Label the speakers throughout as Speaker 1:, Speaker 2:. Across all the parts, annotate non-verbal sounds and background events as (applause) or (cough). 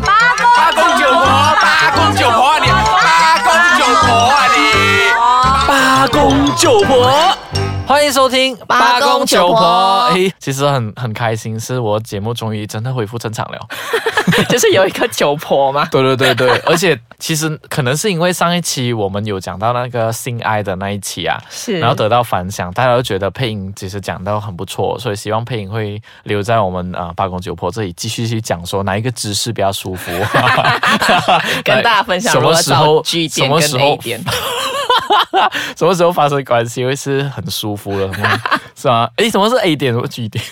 Speaker 1: 八公九婆，八公九婆啊你，八公九婆啊你，
Speaker 2: 八公九婆，欢迎收听
Speaker 3: 八公九婆
Speaker 2: 诶，其实很很开心，是我节目终于真的恢复正常了。
Speaker 3: (laughs)
Speaker 2: (laughs)
Speaker 3: 就是有一个酒婆嘛。
Speaker 2: 对对对对，而且其实可能是因为上一期我们有讲到那个性爱的那一期啊，
Speaker 3: 是
Speaker 2: 然后得到反响，大家都觉得配音其实讲到很不错，所以希望配音会留在我们啊、呃八公九婆这里继续去讲说哪一个姿势比较舒服， (laughs)
Speaker 3: (laughs) 跟大家分享
Speaker 2: 什
Speaker 3: 如
Speaker 2: 么
Speaker 3: 何
Speaker 2: 时
Speaker 3: 找
Speaker 2: 候
Speaker 3: G
Speaker 2: 哎什
Speaker 3: 点
Speaker 2: 么
Speaker 3: 跟
Speaker 2: 时
Speaker 3: A
Speaker 2: 候 (laughs)
Speaker 3: 点。
Speaker 2: 什么时候发生关系会是很舒服的， (laughs) 是吗？诶，什么是 A 点？什么是 G 点？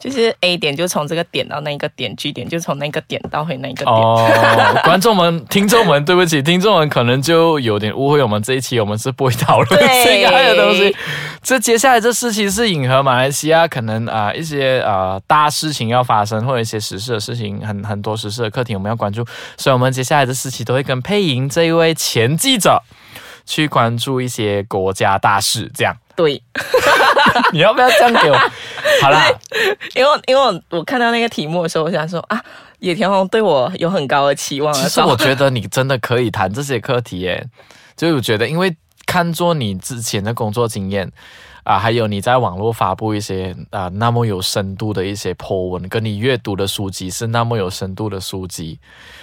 Speaker 3: 就是 A 点就从这个点到那个点，G 点就从那个点到回那个点。
Speaker 2: 哦，观众们、 (laughs) 听众们，对不起，听众们可能就有点误会，我们这一期我们是不会讨论
Speaker 3: 对
Speaker 2: 这个的东西。这接下来这事情是迎合马来西亚可能啊、呃一些呃大事情要发生，或者一些时事的事情，很很多时事的课题我们要关注，所以我们接下来的事情都会跟配音这一位前记者。去关注一些国家大事，这样
Speaker 3: 对， (laughs)
Speaker 2: 你要不要这样 (laughs) 给我？好啦，
Speaker 3: 因为因为我我看到那个题目的时候，我想说啊，野田宏对我有很高的期
Speaker 2: (laughs)
Speaker 3: 望啊
Speaker 2: 其
Speaker 3: 的
Speaker 2: 实
Speaker 3: 时候
Speaker 2: 我，觉得你真的可以谈这些课题耶，就是我觉得，因为看作你之前的工作经验啊、还有你在网络发布一些啊、那么有深度的一些 po 文，跟你阅读的书籍是那么有深度的书籍，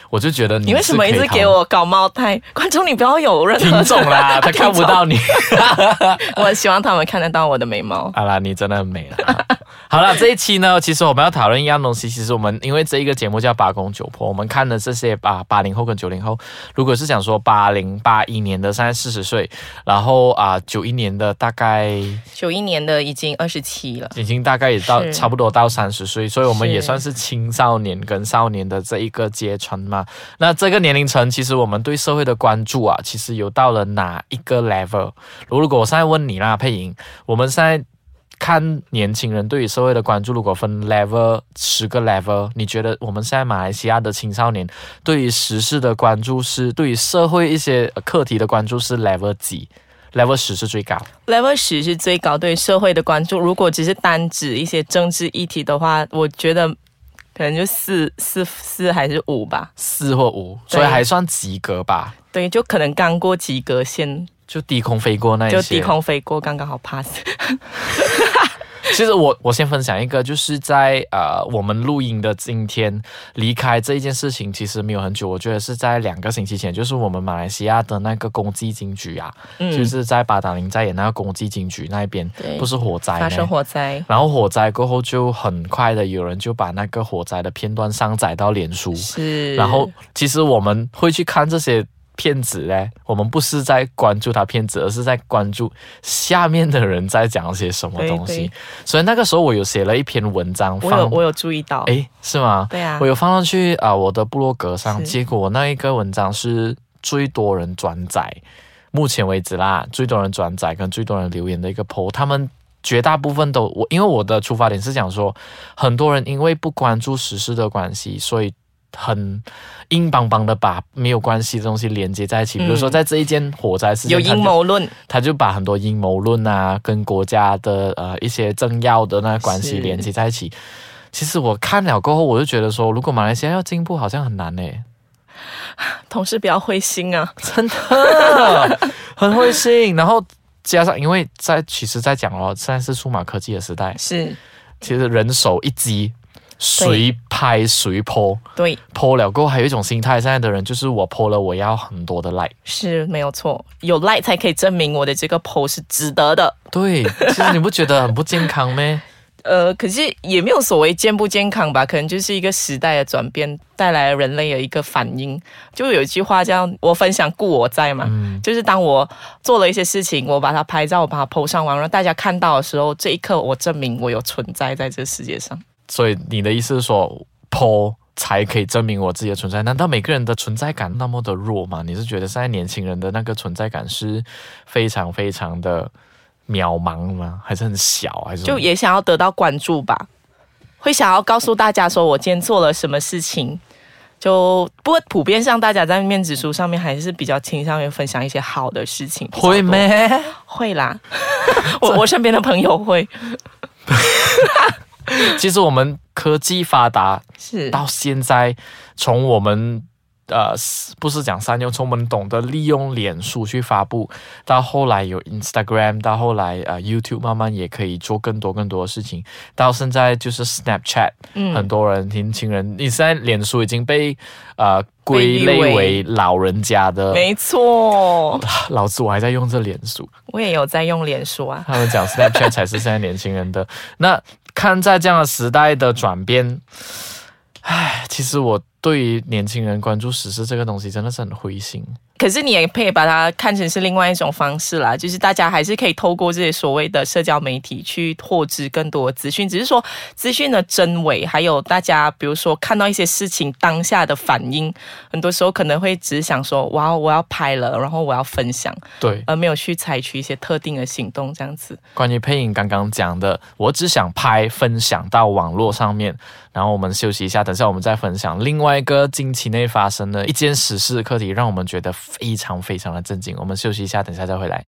Speaker 2: 我就觉得你
Speaker 3: (laughs) 你为什么
Speaker 2: 是可
Speaker 3: 一
Speaker 2: 以
Speaker 3: 直
Speaker 2: 讨
Speaker 3: 给我搞冒太？观众，你不要有任何
Speaker 2: (laughs) 听众
Speaker 3: (laughs)
Speaker 2: 啦？他看不到你。啊
Speaker 3: 我希望他们看得到我的眉毛。
Speaker 2: 好啦，你真的很美啦。 (laughs) 好了，这一期呢，其实我们要讨论一样东西。其实我们因为这一个节目叫《八公九婆》，我们看的这些啊八零后跟九零后，如果是想说八零八一年的现在四十岁，然后啊九一年的大概已
Speaker 3: 九一年的已经二十七了，
Speaker 2: 经大概也到
Speaker 3: 是
Speaker 2: 差不多到三十岁，所以我们
Speaker 3: 是
Speaker 2: 也算是青少年跟少年的这一个阶层嘛。那这个年龄层，其实我们对社会的关注啊，其实有到了哪一个 level？如果我现在问你啦，配音，我们现在看年轻人对于社会的关注，如果分 level 十个 level，你觉得我们现在马来西亚的青少年对于时事的关注是，对于社会一些呃课题的关注是 level 几？level 十是最高，
Speaker 3: Level 十是最高对社会的关注。如果只是单指一些政治议题的话，我觉得可能就四四四还是五吧。
Speaker 2: 四或五，
Speaker 3: 对
Speaker 2: 所以还算及格吧。
Speaker 3: 对，就可能刚过及格线，
Speaker 2: 就低空飞过那一些，
Speaker 3: 就低空飞过，刚刚好 pass。
Speaker 2: 其实我我先分享一个，就是在呃我们录音的今天离开这一件事情，其实没有很久，我觉得是在两个星期前，就是我们马来西亚的那个公积金局啊，
Speaker 3: 嗯
Speaker 2: 就是在巴达林在演那个公积金局那边
Speaker 3: 对，
Speaker 2: 不是火灾
Speaker 3: 发生
Speaker 2: 呢。
Speaker 3: 火灾
Speaker 2: 然后火灾过后，就很快的有人就把那个火灾的片段上载到脸书，
Speaker 3: 是，
Speaker 2: 然后其实我们会去看这些片子嘞，我们不是在关注他片子，而是在关注下面的人在讲些什么
Speaker 3: 对
Speaker 2: 东西
Speaker 3: 对。
Speaker 2: 所以那个时候我有写了一篇文章
Speaker 3: 我有
Speaker 2: 放，
Speaker 3: 我有注意到，
Speaker 2: 诶，是吗？
Speaker 3: 对啊
Speaker 2: 我，有放上去啊、我的部落格上，
Speaker 3: 是
Speaker 2: 结果那一个文章是最多人转载，目前为止啦，最多人转载跟最多人留言的一个 poll，他们。绝大部分都我，因为我的出发点是讲说，很多人因为不关注时事的关系，所以很硬邦邦的把没有关系的东西连接在一起。比如说，
Speaker 3: 嗯
Speaker 2: 在这一件火灾事件，
Speaker 3: 有
Speaker 2: 他
Speaker 3: 阴
Speaker 2: 就
Speaker 3: 谋啊论，
Speaker 2: 他就把很多阴谋论啊，跟国家的呃一些政要的那个关系
Speaker 3: 是
Speaker 2: 连接在一起。其实我看了过后，我就觉得说，如果马来西亚要进步，好像很难呢、欸 (laughs)
Speaker 3: 同事不要灰心啊，
Speaker 2: 真的很会信。然后加上，因为在其实，在讲哦，现在是数码科技的时代，
Speaker 3: 是
Speaker 2: 其实人手一机，谁拍谁泼，
Speaker 3: 对，
Speaker 2: 泼了过后还有一种心态，现在的人就是我泼了，我要很多的 like。
Speaker 3: 是没有错，有 like 才可以证明我的这个 post 是值得的。
Speaker 2: 对，其实你不觉得很不健康咩？
Speaker 3: 呃，可是也没有所谓健不健康吧，可能就是一个时代的转变带来了人类的一个反应。就有一句话叫“我分享故我在”嘛，就是当我做了一些事情，我把它拍照，我把它 PO 上网，让大家看到的时候，这一刻我证明我有存在在这世界上。
Speaker 2: 所以你的意思是说，剖才可以证明我自己的存在？难道每个人的存在感那么的弱吗？你是觉得现在年轻人的那个存在感是非常非常的渺茫吗？还是很小？还是
Speaker 3: 就也想要得到关注吧，会想要告诉大家说我今天做了什么事情。就不过普遍上，大家在面子书上面还是比较倾向于分享一些好的事情。比较
Speaker 2: 会
Speaker 3: 多
Speaker 2: 咩？
Speaker 3: 会啦，我我身边的朋友会。
Speaker 2: (laughs) 其实我们科技发达
Speaker 3: 是
Speaker 2: 到现在，从我们呃不是讲善用，从我们懂得利用脸书去发布，到后来有 Instagram，到后来呃 YouTube 慢慢也可以做更多更多的事情，到现在就是 Snapchat，、很
Speaker 3: 嗯
Speaker 2: 多人年轻人，你现在脸书已经被呃归类
Speaker 3: 被誉
Speaker 2: 为
Speaker 3: 为
Speaker 2: 老人家的，
Speaker 3: 没错，
Speaker 2: 老子我还在用这脸书。
Speaker 3: 我也有在用脸书啊。
Speaker 2: 他们讲 Snapchat 才是现在年轻人的。那看在这样的时代的转变，唉，其实我对于年轻人关注时事这个东西真的是很灰心。
Speaker 3: 可是你也可以把它看成是另外一种方式啦，就是大家还是可以透过这些所谓的社交媒体去获知更多的资讯，只是说资讯的真伪，还有大家比如说看到一些事情当下的反应，很多时候可能会只想说哇我要拍了，然后我要分享，
Speaker 2: 对，
Speaker 3: 而没有去采取一些特定的行动这样子。
Speaker 2: 关于配音刚刚讲的，我只想拍分享到网络上面，然后我们休息一下，等下我们再分享另外一个近期内发生的一件时事课题，让我们觉得非常非常的震惊。我们休息一下，等下再回来。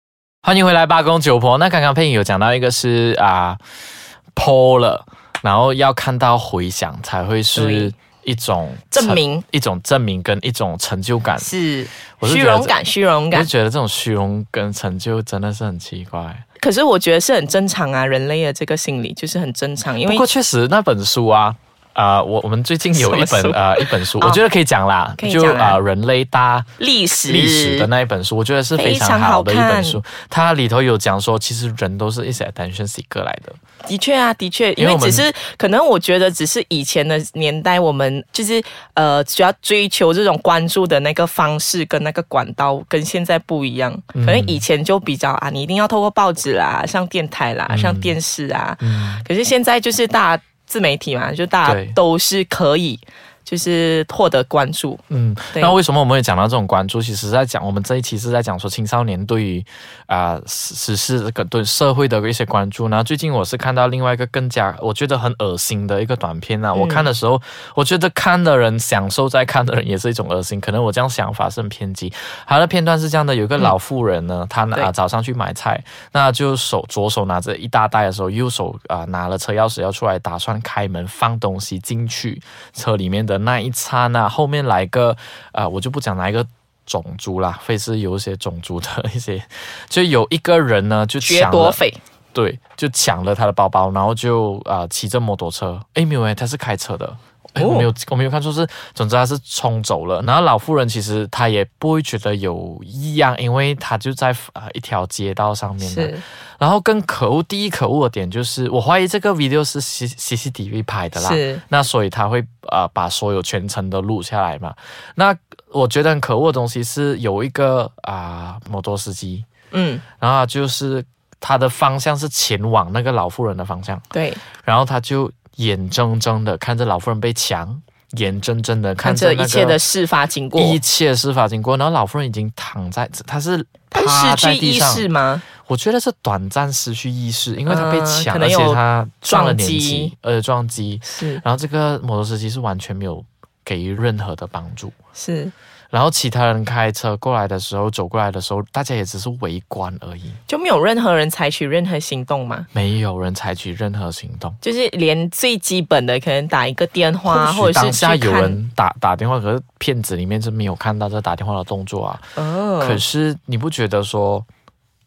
Speaker 2: 欢迎回来八公九婆。那刚刚配音有讲到一个是啊剖了，然后要看到回响才会是
Speaker 3: 对
Speaker 2: 一种
Speaker 3: 证
Speaker 2: 成
Speaker 3: 明
Speaker 2: 一种证明跟一种成就感。
Speaker 3: 是
Speaker 2: 我是
Speaker 3: 虚
Speaker 2: 觉得
Speaker 3: 荣
Speaker 2: 这
Speaker 3: 感，虚荣
Speaker 2: 我
Speaker 3: 感
Speaker 2: 就。觉得这种虚荣跟成就真的是很奇怪。
Speaker 3: 可是我觉得是很正常啊，人类的这个心理就是很正常，因
Speaker 2: 不
Speaker 3: 为
Speaker 2: 过确实那本书啊，啊，我我们最近有一
Speaker 3: 什么书
Speaker 2: 本呃一本书，
Speaker 3: 哦
Speaker 2: 我觉得可以讲啦，
Speaker 3: 可以
Speaker 2: 就
Speaker 3: 讲啊啦
Speaker 2: 呃人类大
Speaker 3: 历史
Speaker 2: 历史的那一本书，我觉得是非常
Speaker 3: 非常
Speaker 2: 好的一
Speaker 3: 好
Speaker 2: 本
Speaker 3: 看
Speaker 2: 书。它里头有讲说，其实人都是一些 attention seeker 来的，
Speaker 3: 的确啊，的确，
Speaker 2: 因为
Speaker 3: 因为
Speaker 2: 我们
Speaker 3: 只是可能，我觉得只是以前的年代，我们就是呃，主要追求这种关注的那个方式跟那个管道跟现在不一样。
Speaker 2: 嗯
Speaker 3: 可能以前就比较啊，你一定要透过报纸啦、上电台啦、
Speaker 2: 嗯
Speaker 3: 上电视啊。可是现在就是大家自媒体嘛，就大家
Speaker 2: 对
Speaker 3: 都是可以就是获得关注。
Speaker 2: 嗯，
Speaker 3: 对
Speaker 2: 那为什么我们会讲到这种关注？其实在讲我们这一期是在讲说青少年对于啊、时时事这个对社会的一些关注。然后最近我是看到另外一个更加我觉得很恶心的一个短片
Speaker 3: 嗯
Speaker 2: 啊，我看的时候，我觉得看的人享受在看的人也是一种恶心。可能我这样想法是很偏激。它的片段是这样的：有一个老妇人呢，她拿、
Speaker 3: 嗯对
Speaker 2: 早上去买菜，那就手左手拿着一大袋的时候，右手啊、拿了车钥匙要出来，打算开门放东西进去车里面的那一刹那，后面来个啊、我就不讲哪一个。种族啦，非是有一些种族的一些，就有一个人呢，就
Speaker 3: 掠
Speaker 2: 抢
Speaker 3: 夺
Speaker 2: 了，
Speaker 3: 匪
Speaker 2: 对，就抢了他的包包，然后就啊、骑着摩托车，诶，没有诶，他是开车的。诶
Speaker 3: 哦
Speaker 2: 我没有，我没有看错是，总之他是冲走了。然后老妇人其实她也不会觉得有异样，因为她就在啊、呃一条街道上面嘛。
Speaker 3: 是
Speaker 2: 然后更可恶，第一可恶的点就是，我怀疑这个 video 是 C C C T V 拍的啦。
Speaker 3: 是
Speaker 2: 那所以他会呃把所有全程都录下来嘛。那我觉得很可恶的东西是有一个啊、摩托司机，
Speaker 3: 嗯，
Speaker 2: 然后他就是他的方向是前往那个老妇人的方向，
Speaker 3: 对，
Speaker 2: 然后他就眼睁睁的看着老妇人被抢，眼睁睁的看
Speaker 3: 看
Speaker 2: 着、
Speaker 3: 着
Speaker 2: 那个
Speaker 3: 一切的事发经过，
Speaker 2: 一切事发经过，然后老妇人已经躺在，他是
Speaker 3: 失
Speaker 2: 趴在
Speaker 3: 去
Speaker 2: 地
Speaker 3: 意
Speaker 2: 上，
Speaker 3: 识吗？
Speaker 2: 我觉得是短暂失去意识，因为他被
Speaker 3: 嗯
Speaker 2: 抢，
Speaker 3: 可能
Speaker 2: 而且
Speaker 3: 有
Speaker 2: 他上了年
Speaker 3: 撞击
Speaker 2: 纪，呃，撞击，
Speaker 3: 是
Speaker 2: 然后这个摩托司机是完全没有给予任何的帮助。
Speaker 3: 是。
Speaker 2: 然后其他人开车过来的时候，走过来的时候，大家也只是围观而已，
Speaker 3: 就没有任何人采取任何行动嘛？
Speaker 2: 没有人采取任何行动。
Speaker 3: 就是连最基本的，可能打一个电话，
Speaker 2: 或
Speaker 3: 或
Speaker 2: 许
Speaker 3: 者
Speaker 2: 当
Speaker 3: 是去
Speaker 2: 下
Speaker 3: 看，
Speaker 2: 有人打打电话，可是骗子里面是没有看到这打电话的动作啊。
Speaker 3: 哦，
Speaker 2: 可是你不觉得说，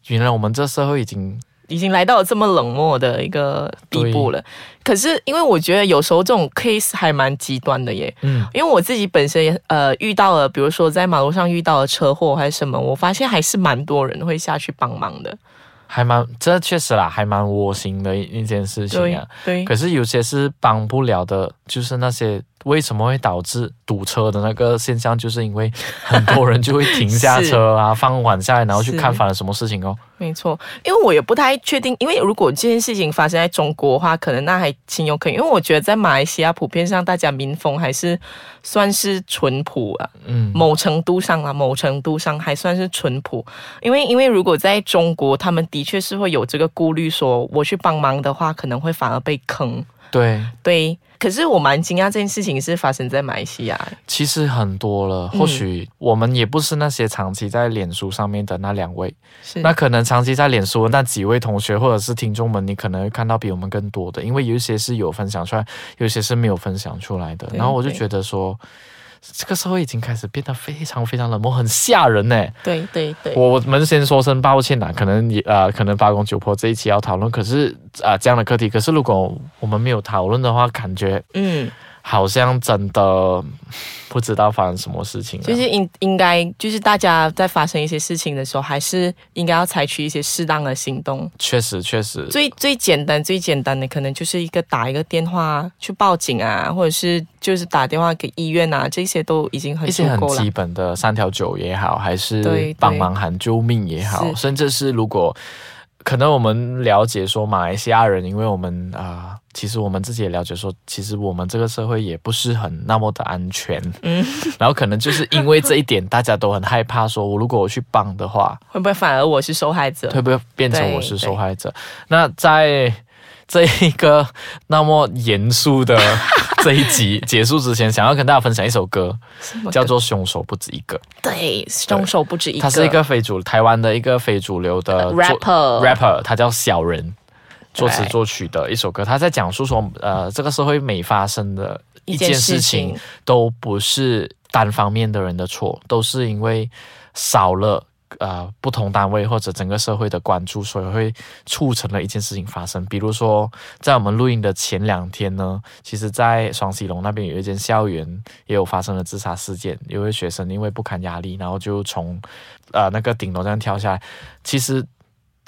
Speaker 2: 原来我们这社会已经
Speaker 3: 已经来到了这么冷漠的一个地步了。可是因为我觉得有时候这种 case 还蛮极端的耶，
Speaker 2: 嗯
Speaker 3: 因为我自己本身也呃遇到了，比如说在马路上遇到了车祸还是什么，我发现还是蛮多人会下去帮忙的。
Speaker 2: 还蛮这确实啦，还蛮窝心的一一件事情
Speaker 3: 对
Speaker 2: 啊。
Speaker 3: 对，
Speaker 2: 可是有些是帮不了的，就是那些为什么会导致堵车的那个现象，就是因为很多人就会停下车啊，放缓下来，然后去
Speaker 3: 是
Speaker 2: 看发生什么事情哦。
Speaker 3: 没错，因为我也不太确定，因为如果这件事情发生在中国的话，可能那还情有可原，因为我觉得在马来西亚普遍上，大家民风还是算是淳朴啊，
Speaker 2: 嗯，
Speaker 3: 某程度上啊，某程度上还算是淳朴。因为因为如果在中国，他们的确是会有这个顾虑说我去帮忙的话，可能会反而被坑。
Speaker 2: 对，
Speaker 3: 对，可是我蛮惊讶这件事情是发生在马来西亚。
Speaker 2: 其实很多了，或许我们也不是那些长期在脸书上面的那两位，
Speaker 3: 是
Speaker 2: 那可能长期在脸书的那几位同学或者是听众们，你可能会看到比我们更多的，因为有一些是有分享出来，有一些是没有分享出来的。
Speaker 3: 对
Speaker 2: 然后我就
Speaker 3: 对
Speaker 2: 觉得说，这个社会已经开始变得非常非常冷漠，很吓人呢、
Speaker 3: 对对对，
Speaker 2: 我我们先说声抱歉啦，可能也呃，可能八公九婆这一期要讨论，可是啊、呃这样的课题，可是如果我们没有讨论的话，感觉
Speaker 3: 嗯，
Speaker 2: 好像真的不知道发生什么事情啊了。
Speaker 3: 就是应应该就是大家在发生一些事情的时候，还是应该要采取一些适当的行动。
Speaker 2: 确实确实，
Speaker 3: 最最简单最简单的，可能就是一个打一个电话去报警啊，或者是就是打电话给医院啊，这些都已经很
Speaker 2: 一
Speaker 3: 足
Speaker 2: 些很
Speaker 3: 够了
Speaker 2: 基。本的三条九也好，还
Speaker 3: 对
Speaker 2: 是
Speaker 3: 对
Speaker 2: 帮忙喊救命也好，
Speaker 3: 是
Speaker 2: 甚至是如果可能，我们了解说马来西亚人，因为我们啊、其实我们自己也了解说，其实我们这个社会也不是很那么的安全，
Speaker 3: 嗯，
Speaker 2: (laughs) 然后可能就是因为这一点，大家都很害怕说，我如果我去帮的话，
Speaker 3: 会不会反而我是受害者？
Speaker 2: 会不会变成
Speaker 3: 对
Speaker 2: 我是受
Speaker 3: 对
Speaker 2: 害者？那在这一个那么严肃的 (laughs) 这一集结束之前，想要跟大家分享一首歌，
Speaker 3: 什么
Speaker 2: 叫做《凶手不止一个》。
Speaker 3: 对，凶手不止一个。
Speaker 2: 他
Speaker 3: 呃
Speaker 2: 是一个非主台湾的一个非主流的作
Speaker 3: Rapper
Speaker 2: rapper，他叫小人，作词
Speaker 3: 对
Speaker 2: 作曲的一首歌。他在讲述说，呃，这个社会每发生的一
Speaker 3: 一
Speaker 2: 件
Speaker 3: 件
Speaker 2: 事
Speaker 3: 事
Speaker 2: 情
Speaker 3: 情，
Speaker 2: 都不是单方面的人的错，都是因为少了。呃，不同单位或者整个社会的关注，所以会促成了一件事情发生。比如说，在我们录音的前两天呢，其实，在双喜龙那边有一间校园也有发生了自杀事件，有一位学生因为不堪压力，然后就从呃那个顶楼这样跳下来。其实，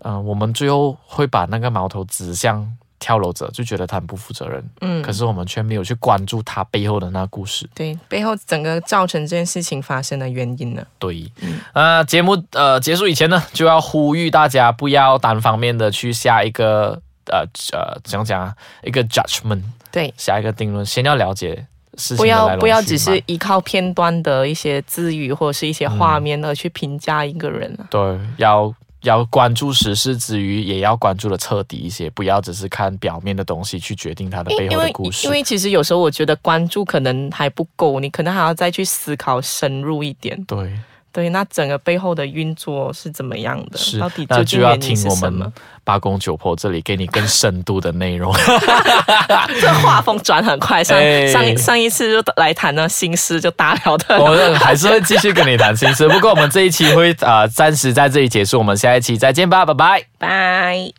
Speaker 2: 嗯、我们最后会把那个矛头指向跳楼者，就觉得他很不负责任。
Speaker 3: 嗯
Speaker 2: 可是我们却没有去关注他背后的那个故事。
Speaker 3: 对背后整个造成这件事情发生的原因呢？
Speaker 2: 对，呃，节目呃结束以前呢，就要呼吁大家不要单方面的去下一个呃呃怎样讲啊，一个 judgment，
Speaker 3: 对，
Speaker 2: 下一个定论，先要了解事情
Speaker 3: 不
Speaker 2: 的来
Speaker 3: 要
Speaker 2: 龙
Speaker 3: 不要
Speaker 2: 去
Speaker 3: 只
Speaker 2: 脉
Speaker 3: 是依靠片段的一些字语或者是一些嗯画面而去评价一个人啊。
Speaker 2: 对，要要关注时事之余，也要关注的彻底一些，不要只是看表面的东西去决定它的
Speaker 3: 因
Speaker 2: 背
Speaker 3: 因
Speaker 2: 后的
Speaker 3: 为
Speaker 2: 故事
Speaker 3: 因。为其实有时候我觉得关注可能还不够，你可能还要再去思考深入一点。
Speaker 2: 对，
Speaker 3: 对，那整个背后的运作是怎么样的？
Speaker 2: 是
Speaker 3: 到底，
Speaker 2: 那
Speaker 3: 究竟
Speaker 2: 就要
Speaker 3: 原因
Speaker 2: 听
Speaker 3: 是
Speaker 2: 我
Speaker 3: 什么 (laughs)
Speaker 2: 们？八公九婆这里给你更深度的内容。
Speaker 3: 这画风转很快，
Speaker 2: (laughs)
Speaker 3: 上、
Speaker 2: 哎
Speaker 3: 上上一次就来谈了心事，就大聊 (laughs) 的。
Speaker 2: 我还是会继续跟你谈心事，不过我们这一期会啊、呃暂时在这里结束，我们下一期再见吧，拜拜。
Speaker 3: 拜。